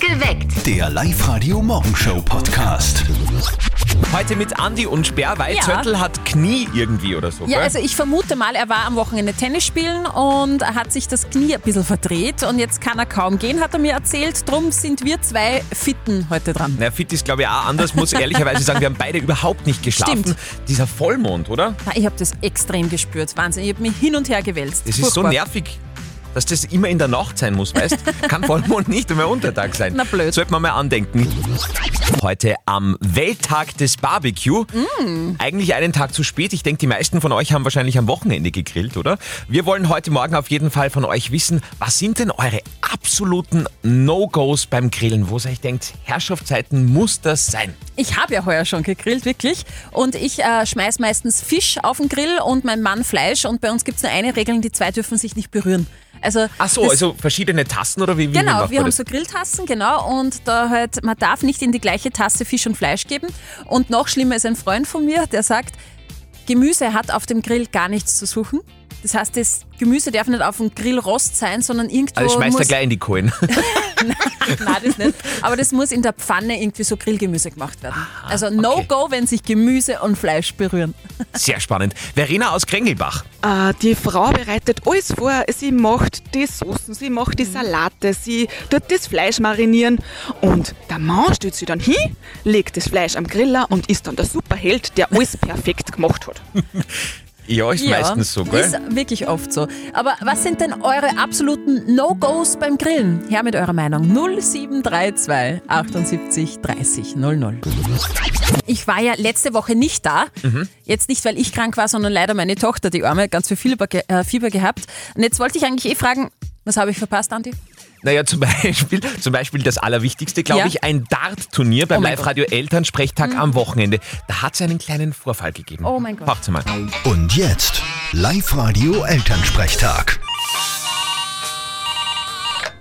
Geweckt. Der Live-Radio-Morgenshow-Podcast. Heute mit Andi und Sperr, weil Ja. Zörtl hat Knie irgendwie oder so. Ja, gell? also ich vermute mal, er war am Wochenende Tennis spielen und hat sich das Knie ein bisschen verdreht und jetzt kann er kaum gehen, hat er mir erzählt. Drum sind wir zwei Fitten heute dran. Na, fit ist glaube ich auch anders, muss ehrlicherweise sagen, wir haben beide überhaupt nicht geschlafen. Stimmt. Dieser Vollmond, oder? Na, Ich habe das extrem gespürt, Wahnsinn. Ich habe mich hin und her gewälzt. Das ist so Furchtbar. nervig. Dass das immer in der Nacht sein muss, weißt? Kann Vollmond nicht einmal Untertag sein. Na, blöd. Sollte man mal andenken. Heute am Welttag des Barbecue. Mm. Eigentlich einen Tag zu spät. Ich denke, die meisten von euch haben wahrscheinlich am Wochenende gegrillt, oder? Wir wollen heute Morgen auf jeden Fall von euch wissen, was sind denn eure absoluten No-Gos beim Grillen? Wo ihr euch denkt, Herrschaftszeiten muss das sein. Ich habe ja heuer schon gegrillt, wirklich. Und ich äh, schmeiß meistens Fisch auf den Grill und mein Mann Fleisch. Und bei uns gibt es nur eine Regel, die zwei dürfen sich nicht berühren. Also, Ach so, das- also verschiedene Tassen oder wie? wie Genau, macht wir man haben das? so Grilltassen, genau, und da halt, man darf nicht in die gleiche Tasse Fisch und Fleisch geben. Und noch schlimmer ist ein Freund von mir, der sagt, Gemüse hat auf dem Grill gar nichts zu suchen. Das heißt, das Gemüse darf nicht auf dem Grillrost sein, sondern irgendwo Also schmeißt er muss, gleich in die Kohlen. Nein, das nicht. Aber das muss in der Pfanne irgendwie so Grillgemüse gemacht werden. also no okay. go, wenn sich Gemüse und Fleisch berühren. Sehr spannend. Verena aus Krängelbach. Ah, die Frau bereitet alles vor. Sie macht die Soßen, sie macht die Salate, sie tut das Fleisch marinieren. Und der Mann stellt sich dann hin, legt das Fleisch am Griller und ist dann der Superheld, der alles perfekt gemacht hat. Ja, ist meistens so, gell? Ist wirklich oft so. Aber was sind denn eure absoluten No-Gos beim Grillen? Her mit eurer Meinung. 0732 78 30 00. Ich war ja letzte Woche nicht da. Mhm. Jetzt nicht, weil ich krank war, sondern leider meine Tochter, die Arme, hat ganz viel Fieber, ge äh, Fieber gehabt. Und jetzt wollte ich eigentlich eh fragen, was habe ich verpasst, Andi? Naja, zum Beispiel, zum Beispiel das Allerwichtigste, glaube Ja. ich, ein Dart-Turnier beim Oh mein Mhm. Live-Radio Elternsprechtag am Wochenende. Da hat es einen kleinen Vorfall gegeben. Oh mein Gott. Macht's mal. Und jetzt Live-Radio-Elternsprechtag.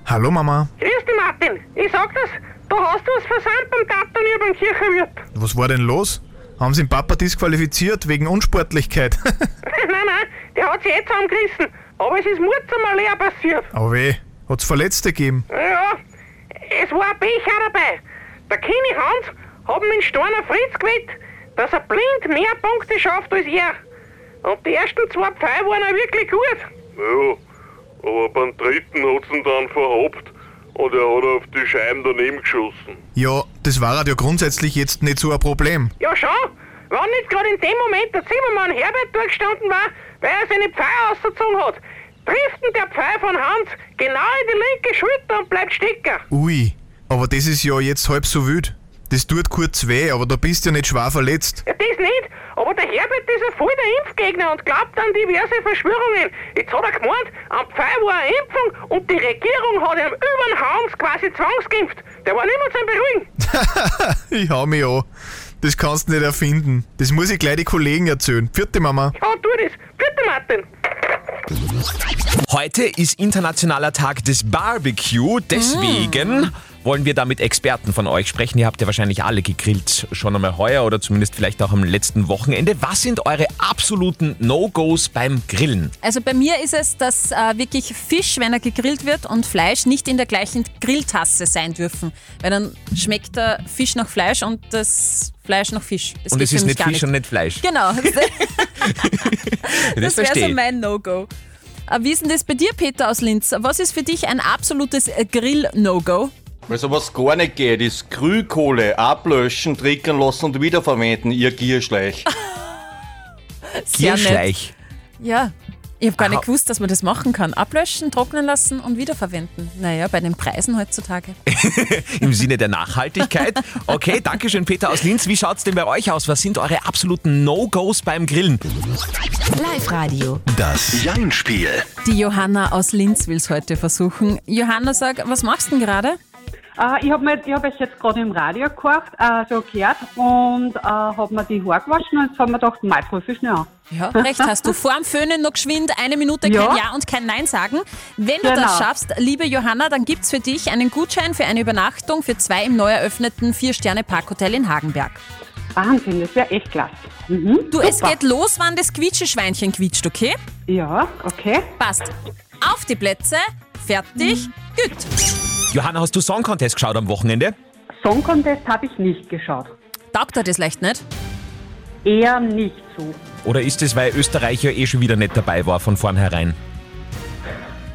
Hallo Mama, Grüß dich, Martin. Ich sag das, du hast was versandt beim Tattonier beim Kirchenwirt. was war denn los? Haben Sie den Papa disqualifiziert wegen Unsportlichkeit? nein, nein, der hat sich eh zusammengerissen. Aber es ist Murz einmal leer passiert. Aber weh, hat's Verletzte gegeben? Ja, es war ein Becher dabei. Der Kini Hans hat mit Steiner Fritz gewettet, dass er blind mehr Punkte schafft als er. Und die ersten zwei Pfeil waren auch wirklich gut. Ja, aber beim dritten hat's ihn dann verhabt und er hat auf die Scheiben daneben geschossen. Ja, das war ja grundsätzlich jetzt nicht so ein Problem. Ja, schon. Wenn nicht gerade in dem Moment der Zimmermann Herbert durchgestanden war, weil er seine Pfeil ausgezogen hat, trifft ihn der Pfeil von Hans genau in die linke Schulter und bleibt stecken. Ui, aber das ist ja jetzt halb so wild. Das tut kurz weh, aber da bist ja nicht schwer verletzt. Ja, das nicht, aber der Herbert ist ein voll der Impfgegner und glaubt an diverse Verschwörungen. Jetzt hat er gemeint, am Pfeil war eine Impfung und die Regierung hat ihm über den Hams quasi zwangsgeimpft. Der war nicht mehr zum Beruhigen. Ich hau mich an. Das kannst du nicht erfinden. Das muss ich gleich die Kollegen erzählen. Vierte Mama. Ja, tu das. Bitte, Martin. Heute ist internationaler Tag des Barbecue, deswegen Mhm. wollen wir da mit Experten von euch sprechen. Ihr habt ja wahrscheinlich alle gegrillt, schon einmal heuer oder zumindest vielleicht auch am letzten Wochenende. Was sind eure absoluten No-Gos beim Grillen? Also bei mir ist es, dass äh, wirklich Fisch, wenn er gegrillt wird, und Fleisch nicht in der gleichen Grilltasse sein dürfen. Weil dann schmeckt der Fisch nach Fleisch und das Fleisch nach Fisch. Das Und geht es für ist mich nicht gar Fisch und nicht Fleisch. Genau, Das, das wäre verstehe so ich. mein No-Go. Äh, Wie ist denn das bei dir, Peter aus Linz? Was ist für dich ein absolutes äh, Grill-No-Go? Also was gar nicht geht, ist Grühkohle ablöschen, trickern lassen und wiederverwenden, ihr Gierschleich. Sehr nett. Gierschleich. Ja. Ich habe gar Aha. nicht gewusst, dass man das machen kann. Ablöschen, trocknen lassen und wiederverwenden. Naja, bei den Preisen heutzutage. im Sinne der Nachhaltigkeit. Okay, danke schön, Peter aus Linz. Wie schaut's denn bei euch aus? Was sind eure absoluten No-Gos beim Grillen? Live-Radio. Das Jein-Spiel. Die Johanna aus Linz will es heute versuchen. Johanna, sag, was machst du denn gerade? Äh, ich habe hab euch jetzt gerade im Radio gehört, äh, so gehört und äh, habe mir die Haare gewaschen und jetzt haben wir gedacht, mei, prüfe ich schnell an. Ja, recht hast du. Vor dem Föhnen noch geschwind eine Minute Ja. kein Ja und kein Nein sagen. Wenn du Genau. das schaffst, liebe Johanna, dann gibt's für dich einen Gutschein für eine Übernachtung für zwei im neu eröffneten Vier-Sterne-Parkhotel in Hagenberg. Wahnsinn, das wäre echt klasse. Mhm, Du, es super. geht los, wann das Quietscheschweinchen quietscht, okay? Ja, okay. Mhm. Passt. Auf die Plätze, fertig, gut. Johanna, hast du Song Contest geschaut am Wochenende? Song Contest habe ich nicht geschaut. Taugt dir das leicht nicht? Eher nicht so. Oder ist es, weil Österreich ja eh schon wieder nicht dabei war von vornherein?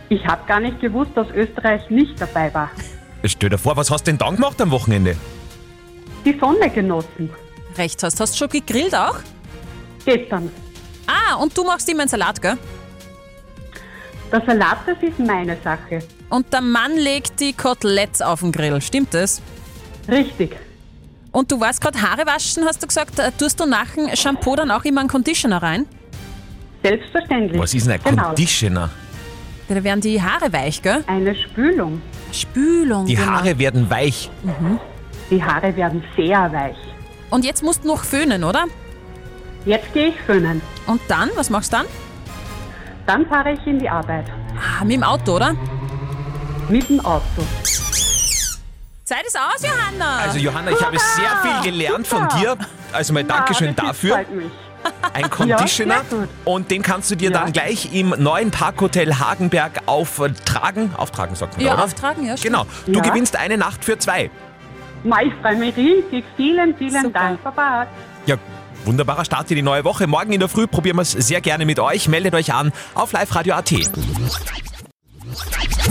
Ich habe gar nicht gewusst, dass Österreich nicht dabei war. Stell dir vor, was hast denn dann gemacht am Wochenende? Die Sonne genossen. Recht hast. Hast du schon gegrillt auch? Gestern. Ah, und du machst immer einen Salat, gell? Der Salat, das ist meine Sache. Und der Mann legt die Koteletts auf den Grill, stimmt das? Richtig. Und du warst gerade Haare waschen, hast du gesagt, äh, tust du nach dem Shampoo dann auch immer einen Conditioner rein? Selbstverständlich. Was ist denn ein Genau. Conditioner? Da werden die Haare weich, gell? Eine Spülung. Spülung. Die genau. Haare werden weich. Die Haare werden sehr weich. Und jetzt musst du noch föhnen, oder? Jetzt gehe ich föhnen. Und dann, was machst du dann? Dann fahre ich in die Arbeit. Ah, mit dem Auto, oder? Mit dem Auto. Zeit ist aus, Johanna! Also Johanna, ich habe sehr viel gelernt von dir. Also mal Dankeschön Ah, das ist- dafür. Freut mich. Ein Conditioner. sehr gut. und den kannst du dir Ja. dann gleich im neuen Parkhotel Hagenberg auftragen. Auftragen sagt man, ja, oder? auftragen, ja. stimmt. Genau. Du Ja. gewinnst eine Nacht für zwei. Ma, Ich freue mich riesig. Vielen, vielen Super. Dank, Baba. Ja, wunderbarer Start in die neue Woche. Morgen in der Früh probieren wir es sehr gerne mit euch. Meldet euch an auf liveradio.at.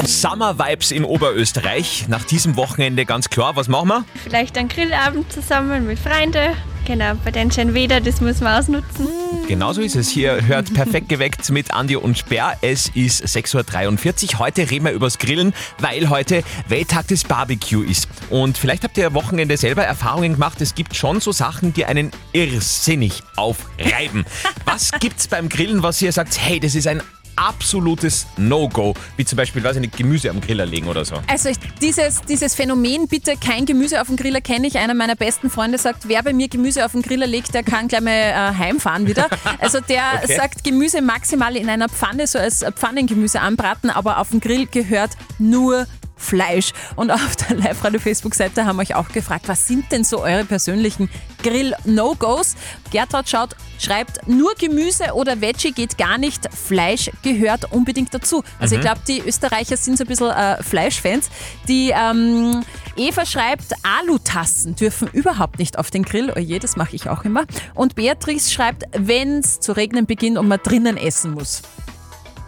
Summer Vibes in Oberösterreich. Nach diesem Wochenende ganz klar. Was machen wir? Vielleicht einen Grillabend zusammen mit Freunden. Genau, bei den schönen Wetter, das muss man ausnutzen. Genauso ist es. Hier hört perfekt geweckt mit Andi und Sperr. Es ist 6.43 Uhr. Heute reden wir übers Grillen, weil heute Welttag des Barbecue ist. Und vielleicht habt ihr am Wochenende selber Erfahrungen gemacht. Es gibt schon so Sachen, die einen irrsinnig aufreiben. Was gibt's beim Grillen, was ihr sagt, hey, das ist ein absolutes No-Go? Wie zum Beispiel, weiß ich nicht, Gemüse am Griller legen oder so. Also ich, dieses, dieses Phänomen, bitte kein Gemüse auf den Griller, kenne ich. Einer meiner besten Freunde sagt, wer bei mir Gemüse auf den Griller legt, der kann gleich mal äh, heimfahren wieder. Also der Okay. sagt, Gemüse maximal in einer Pfanne, so als Pfannengemüse anbraten, aber auf den Grill gehört nur Fleisch. Und auf der Live-Radio-Facebook-Seite haben wir euch auch gefragt, was sind denn so eure persönlichen Grill-No-Gos? Gertrud schaut, schreibt, nur Gemüse oder Veggie geht gar nicht, Fleisch gehört unbedingt dazu. Also ich glaube, die Österreicher sind so ein bisschen äh, Fleischfans. Die ähm, Eva schreibt, Alutassen dürfen überhaupt nicht auf den Grill. Oje, das mache ich auch immer. Und Beatrice schreibt, wenn es zu regnen beginnt und man drinnen essen muss.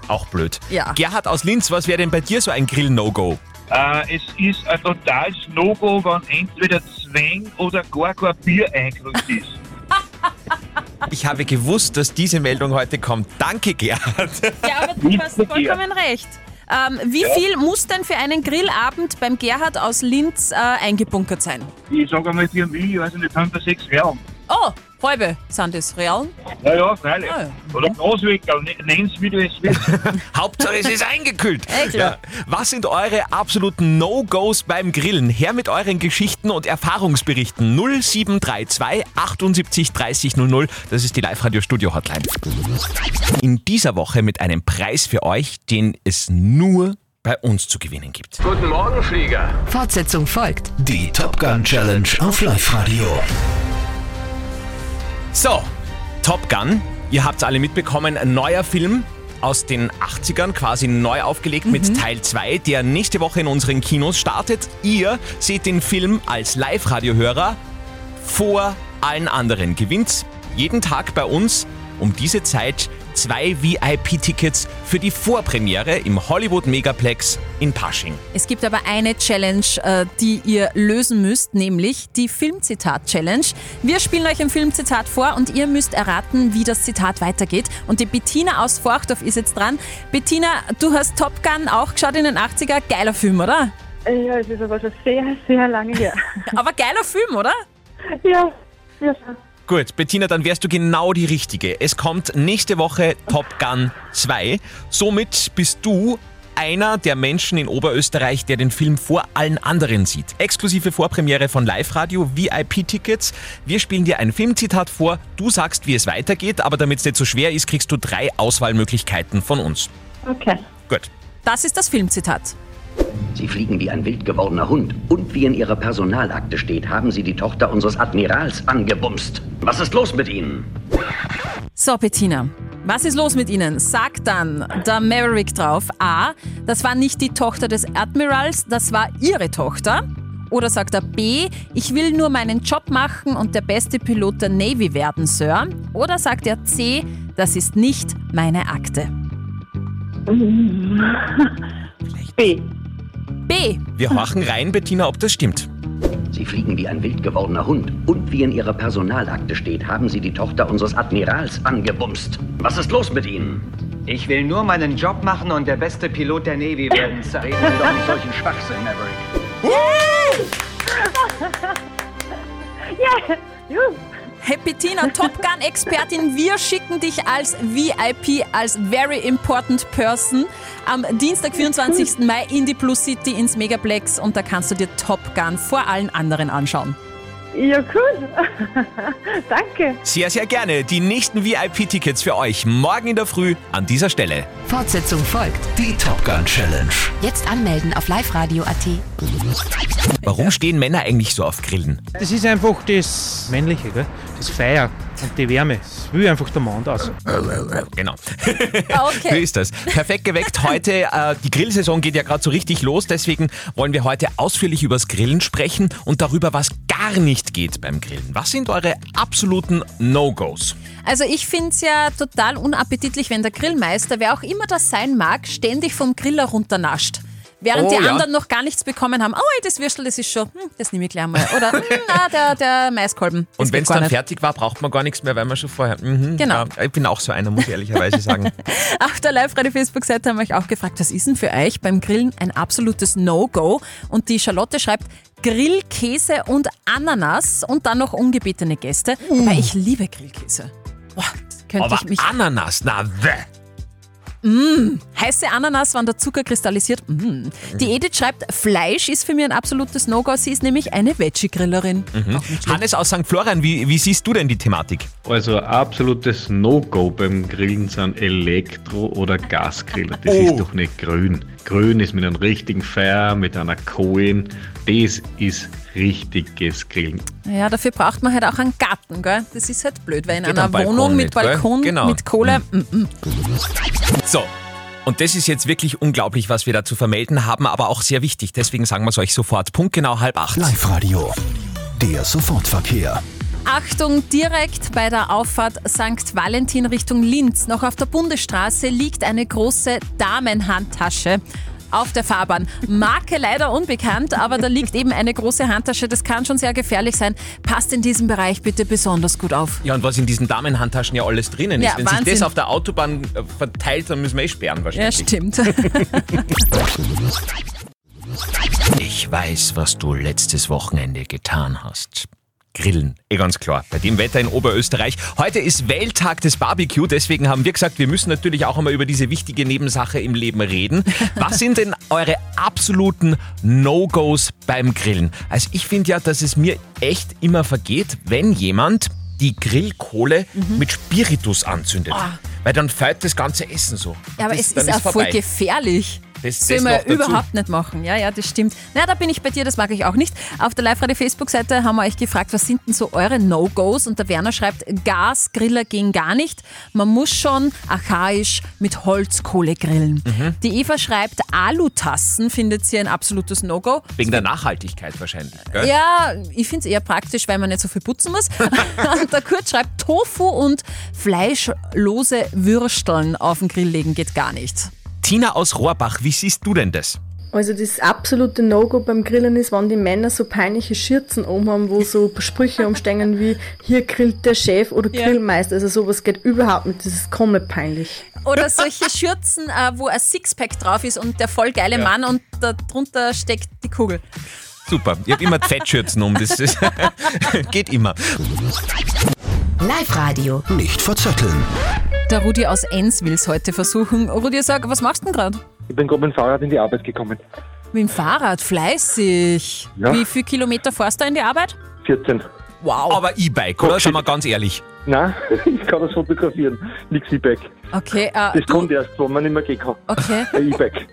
Auch blöd. Ja. Gerhard aus Linz, was wäre denn bei dir so ein Grill-No-Go? Äh, es ist ein totales No-Go, wenn entweder Zwang oder gar kein Bier eingerückt ist. Ich habe gewusst, dass diese Meldung heute kommt. Danke, Gerhard. Ja, aber du hast vollkommen recht. Ähm, wie viel muss denn für einen Grillabend beim Gerhard aus Linz äh, eingebunkert sein? Ich sage einmal für mich, ich weiß nicht, 5 oder 6 Jahren. Oh, halbe sind das, real? Ja, ja, freilich. Ah, Oder Großwickel, nenn es wie du es willst. Hauptsache, es ist eingekühlt. Ey, klar. Was sind eure absoluten No-Gos beim Grillen? Her mit euren Geschichten und Erfahrungsberichten. 0732 78 30 00. Das ist die Live-Radio-Studio-Hotline. In dieser Woche mit einem Preis für euch, den es nur bei uns zu gewinnen gibt. Guten Morgen, Flieger. Fortsetzung folgt. Die Top Gun Challenge auf Live-Radio. So, Top Gun. Ihr habt es alle mitbekommen, ein neuer Film aus den 80ern, quasi neu aufgelegt mit Teil 2, der nächste Woche in unseren Kinos startet. Ihr seht den Film als Live-Radiohörer vor allen anderen. Gewinnt jeden Tag bei uns um diese Zeit zwei VIP-Tickets für die Vorpremiere im Hollywood Megaplex in Pasching. Es gibt aber eine Challenge, äh, die ihr lösen müsst, nämlich die Filmzitat-Challenge. Wir spielen euch ein Filmzitat vor und ihr müsst erraten, wie das Zitat weitergeht. Und die Bettina aus Forchdorf ist jetzt dran. Bettina, du hast Top Gun auch geschaut in den 80er. Geiler Film, oder? Ja, es ist aber schon sehr, sehr lange her. Aber geiler Film, oder? ja, ja. Gut, Bettina, dann wärst du genau die Richtige. Es kommt nächste Woche Top Gun 2. Somit bist du einer der Menschen in Oberösterreich, der den Film vor allen anderen sieht. Exklusive Vorpremiere von Live Radio, VIP-Tickets. Wir spielen dir ein Filmzitat vor, du sagst, wie es weitergeht, aber damit es nicht so schwer ist, kriegst du drei Auswahlmöglichkeiten von uns. Okay. Gut. Das ist das Filmzitat. Sie fliegen wie ein wild gewordener Hund. Und wie in Ihrer Personalakte steht, haben Sie die Tochter unseres Admirals angebumst. Was ist los mit Ihnen? So, Bettina, Was ist los mit ihnen? Sagt dann der Maverick drauf, A, das war nicht die Tochter des Admirals, das war ihre Tochter. Oder sagt er B, ich will nur meinen Job machen und der beste Pilot der Navy werden, Sir. Oder sagt er C, das ist nicht meine Akte. B. B. Wir horchen rein, Bettina, ob das stimmt. Sie fliegen wie ein wild gewordener Hund. Und wie in Ihrer Personalakte steht, haben Sie die Tochter unseres Admirals angebumst. Was ist los mit Ihnen? Ich will nur meinen Job machen und der beste Pilot der Navy werden, Sir. Reden Sie doch nicht solchen Schwachsinn, Maverick. Happy Tina, Top Gun-Expertin, wir schicken dich als VIP, als Very Important Person am Dienstag, 24. Mai in die Plus City ins Megaplex und da kannst du dir Top Gun vor allen anderen anschauen. Ja, cool. Danke. Sehr, sehr gerne. Die nächsten VIP-Tickets für euch morgen in der Früh an dieser Stelle. Fortsetzung folgt. Die Top Gun Challenge. Jetzt anmelden auf liveradio.at. Warum stehen Männer eigentlich so auf Grillen? Das ist einfach das Männliche, gell? das Feuer und die Wärme. Das will einfach der Mann aus. Genau. Ah, Okay. So ist das. Perfekt geweckt. Heute, äh, die Grillsaison geht ja gerade so richtig los. Deswegen wollen wir heute ausführlich übers Grillen sprechen und darüber, was gar nicht geht beim Grillen. Was sind eure absoluten No-Gos? Also ich finde es ja total unappetitlich, wenn der Grillmeister, wer auch immer das sein mag, ständig vom Griller runternascht. Während Oh, die ja. anderen noch gar nichts bekommen haben. Oh, das Würstel, das ist schon, hm, das nehme ich gleich mal. Oder, hm, na, der, der Maiskolben. das Und wenn geht es gar dann nicht. fertig war, braucht man gar nichts mehr, weil man schon vorher. Mhm, Genau. Ja, ich bin auch so einer, muss ich ehrlicherweise sagen. Auf der Live-Radio-Facebook-Seite haben wir euch auch gefragt, was ist denn für euch beim Grillen ein absolutes No-Go? Und die Charlotte schreibt, Grillkäse und Ananas und dann noch ungebetene Gäste. Weil ich liebe Grillkäse. Boah, das könnte Uh. Aber ah. ich mich... Ananas, na weh. Mm, heiße Ananas, wann der Zucker kristallisiert. Mm. Mhm. Die Edith schreibt, Fleisch ist für mich ein absolutes No-Go. Sie ist nämlich eine Veggie-Grillerin. Mhm. Hannes aus St. Florian, wie, wie siehst du denn die Thematik? Also absolutes No-Go beim Grillen sind Elektro- oder Gasgriller. Das Oh. ist doch nicht grün. Grün ist mit einem richtigen Feuer, mit einer Kohlen. Das ist richtiges Grillen. Ja, dafür braucht man halt auch einen Garten, gell? Das ist halt blöd, weil in Geht am einer Genau, Balkon Wohnung mit nicht, gell? Balkon, Genau. mit Kohle... Mm. Mm So. Und das ist jetzt wirklich unglaublich, was wir da zu vermelden haben, aber auch sehr wichtig. Deswegen sagen wir es euch sofort. Punkt genau halb acht. Live-Radio. Der Sofortverkehr. Achtung, direkt bei der Auffahrt St. Valentin Richtung Linz, noch auf der Bundesstraße, liegt eine große Damenhandtasche. Auf der Fahrbahn. Marke leider unbekannt, aber da liegt eben eine große Handtasche. Das kann schon sehr gefährlich sein. Passt in diesem Bereich bitte besonders gut auf. Ja, und was in diesen Damenhandtaschen ja alles drinnen ist. Ja, Wenn Wahnsinn. sich das auf der Autobahn äh, verteilt, dann müssen wir eh sperren Ja, wahrscheinlich. stimmt. Ich weiß, was du letztes Wochenende getan hast. Grillen, eh ganz klar. Bei dem Wetter in Oberösterreich. Heute ist Welttag des Barbecue, deswegen haben wir gesagt, wir müssen natürlich auch einmal über diese wichtige Nebensache im Leben reden. Was sind denn eure absoluten No-Gos beim Grillen? Also ich finde ja, dass es mir echt immer vergeht, wenn jemand die Grillkohle mit Spiritus anzündet. Mhm. Ah. Weil dann fällt das ganze Essen so. Ja, aber das, es ist auch voll vorbei. gefährlich. Das- Das das soll noch man dazu. überhaupt nicht machen. Ja, ja, das stimmt. Na, da bin ich bei dir, das mag ich auch nicht. Auf der Live-Radio-Facebook-Seite haben wir euch gefragt, was sind denn so eure No-Gos? Und der Werner schreibt, Gas, Griller gehen gar nicht. Man muss schon archaisch mit Holzkohle grillen. Mhm. Die Eva schreibt, Alutassen findet sie ein absolutes No-Go. Wegen der Nachhaltigkeit wahrscheinlich. Gell? Ja, ich finde es eher praktisch, weil man nicht so viel putzen muss. und der Kurt schreibt, Tofu und fleischlose Würsteln auf den Grill legen geht gar nicht. Tina aus Rohrbach, wie siehst du denn das? Also das absolute No-Go beim Grillen ist, wenn die Männer so peinliche Schürzen oben haben, wo so Sprüche umstängen wie hier grillt der Chef oder Ja. Grillmeister. Also sowas geht überhaupt nicht. Das ist komplett peinlich. Oder solche Schürzen, äh, wo ein Sixpack drauf ist und der voll geile Ja. Mann und darunter steckt die Kugel. Super, ich habe immer Fettschürzen um, das ist, geht immer. Live-Radio. Nicht verzetteln. Der Rudi aus Enns will es heute versuchen. Rudi, sag, was machst du denn gerade? Ich bin gerade mit dem Fahrrad in die Arbeit gekommen. Mit dem Fahrrad, fleißig. Ja. Wie viele Kilometer fährst du in die Arbeit? 14. Wow. Aber E-Bike, oder? Schauen wir ganz ehrlich. Nein, ich kann das fotografieren. Nix E-Bike. Okay, äh, Das kommt erst, wenn man nicht mehr gehen kann. Okay. Ein E-Bike.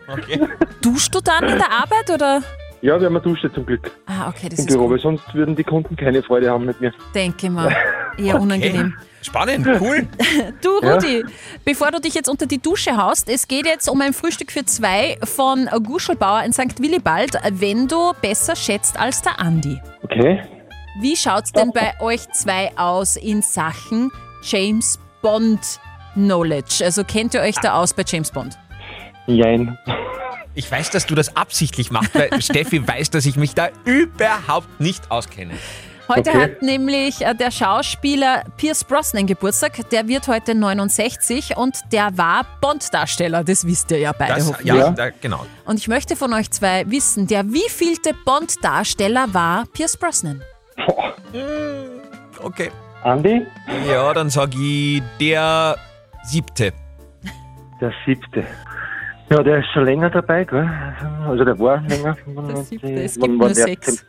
duschst du dann in der Arbeit oder? Ja, wir haben eine Dusche zum Glück. Ah, okay, das Im ist Büro, gut. weil sonst würden die Kunden keine Freude haben mit mir. Denke mal. Eher unangenehm. Spannend, cool. Du, Ja. Rudi, bevor du dich jetzt unter die Dusche haust, es geht jetzt um ein Frühstück für zwei von Guschelbauer in St. Willibald, wenn du besser schätzt als der Andi. Okay. Wie schaut's denn bei euch zwei aus in Sachen James Bond Knowledge? Also kennt ihr euch da aus bei James Bond? Jein. Ich weiß, dass du das absichtlich machst, weil Steffi weiß, dass ich mich da überhaupt nicht auskenne. Heute Okay. hat nämlich äh, der Schauspieler Pierce Brosnan Geburtstag. Der wird heute 69 und der war Bond-Darsteller. Das wisst ihr ja beide. Das, hoffentlich. ja, Da, genau. Und ich möchte von euch zwei wissen, der wievielte Bond-Darsteller war Pierce Brosnan? Okay. Andi? Ja, dann sag ich der siebte. Der siebte. Ja, der ist schon länger dabei, gell? Also der war länger. Der siebte, es gibt nur sechs.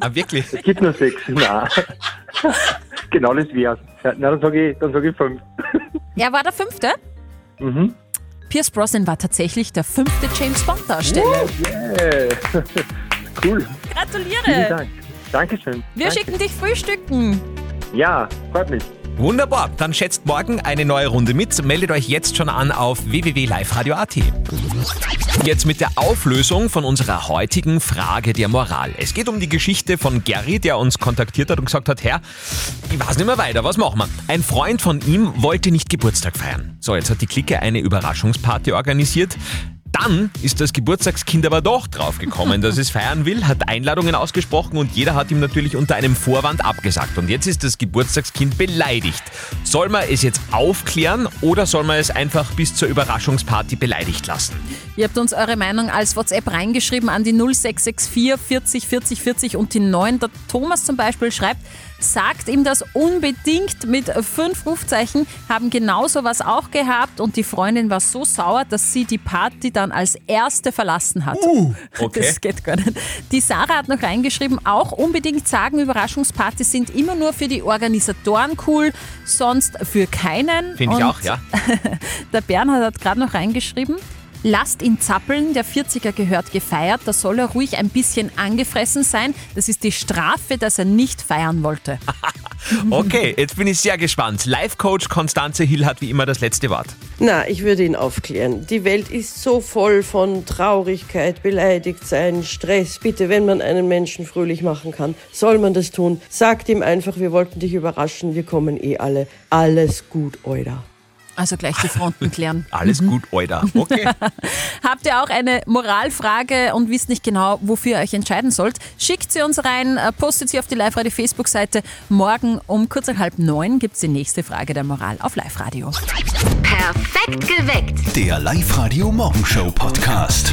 Ah, wirklich? Es gibt nur sechs, nein. genau das wär's. Ja, na, dann sage ich, dann sag ich fünf. Er war der fünfte? Mhm. Pierce Brosnan war tatsächlich der fünfte James Bond-Darsteller. Yeah. cool. Vielen Gratuliere! Dank. Dankeschön. Wir Danke. schicken dich frühstücken. Ja, freut mich. Wunderbar, dann schätzt morgen eine neue Runde mit. Meldet euch jetzt schon an auf www.liveradio.at. Jetzt mit der Auflösung von unserer heutigen Frage der Moral. Es geht um die Geschichte von Gary, der uns kontaktiert hat und gesagt hat, Herr, ich weiß nicht mehr weiter, was machen wir? Ein Freund von ihm wollte nicht Geburtstag feiern. So, jetzt hat die Clique eine Überraschungsparty organisiert. Dann ist das Geburtstagskind aber doch draufgekommen, dass es feiern will, hat Einladungen ausgesprochen und jeder hat ihm natürlich unter einem Vorwand abgesagt. Und jetzt ist das Geburtstagskind beleidigt. Soll man es jetzt aufklären oder soll man es einfach bis zur Überraschungsparty beleidigt lassen? Ihr habt uns eure Meinung als WhatsApp reingeschrieben an die 0664 40 40 40 und die 9. Der Thomas zum Beispiel schreibt, sagt ihm das unbedingt mit fünf Rufzeichen, haben genauso was auch gehabt und die Freundin war so sauer, dass sie die Party dann als erste verlassen hat. Uh, okay. Das geht gar nicht. Die Sarah hat noch reingeschrieben, auch unbedingt sagen, Überraschungspartys sind immer nur für die Organisatoren cool, sonst für keinen. Finde ich Und auch, ja. der Bernhard hat gerade noch reingeschrieben. Lasst ihn zappeln, der 40er gehört gefeiert, da soll er ruhig ein bisschen angefressen sein. Das ist die Strafe, dass er nicht feiern wollte. Okay, jetzt bin ich sehr gespannt. Life-Coach Konstanze Hill hat wie immer das letzte Wort. Na, ich würde ihn aufklären. Die Welt ist so voll von Traurigkeit, beleidigt sein, Stress. Bitte, wenn man einen Menschen fröhlich machen kann, soll man das tun. Sagt ihm einfach, wir wollten dich überraschen, wir kommen eh alle. Alles gut, Euda. Also gleich die Fronten klären. Alles gut, Euda. Okay. Habt ihr auch eine Moralfrage und wisst nicht genau, wofür ihr euch entscheiden sollt? Schickt sie uns rein, äh, postet sie auf die Live-Radio Facebook-Seite. Morgen um kurz nach halb neun gibt es die nächste Frage der Moral auf Live-Radio. Perfekt geweckt. Der Live-Radio Morgenshow Podcast.